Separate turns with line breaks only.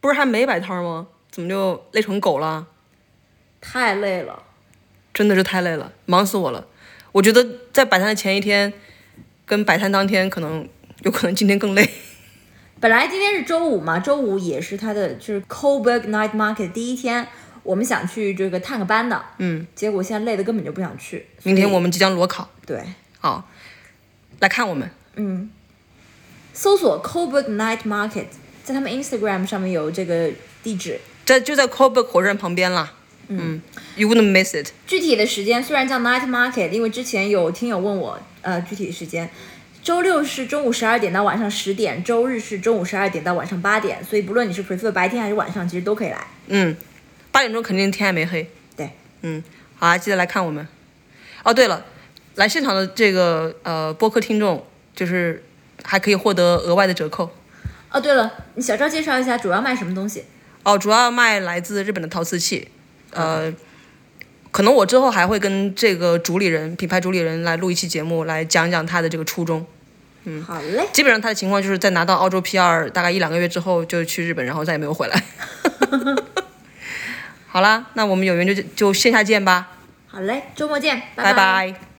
不是还没摆摊儿吗？怎么就累成狗了？
太累了。
真的是太累了，忙死我了。我觉得在摆摊的前一天，跟摆摊当天可能有可能今天更累。
本来今天是周五嘛，周五也是他的就是 Coburg Night Market 第一天，我们想去这个探个班的，
嗯，
结果现在累的根本就不想去。
明天我们即将裸考，
对，
好，来看我们。
嗯，搜索 Coburg Night Market，在他们 Instagram 上面有这个地址。
在就在 Coburg 火车站旁边啦。嗯，You wouldn't miss it。
具体的时间虽然叫 Night Market，因为之前有听友问我，呃，具体的时间，周六是中午十二点到晚上十点，周日是中午十二点到晚上八点，所以不论你是 prefer 白天还是晚上，其实都可以来。
嗯，八点钟肯定天还没黑。
对，
嗯，好啊，记得来看我们。哦，对了，来现场的这个呃播客听众，就是还可以获得额外的折扣。
哦，对了，你小赵介绍一下主要卖什么东西？
哦，主要卖来自日本的陶瓷器，呃，可能我之后还会跟这个主理人、品牌主理人来录一期节目，来讲讲他的这个初衷。
嗯，好嘞。
基本上他的情况就是在拿到澳洲 PR 大概一两个月之后就去日本，然后再也没有回来。 好啦，那我们有缘就就线下见吧，
好嘞，周末见，
拜
拜
拜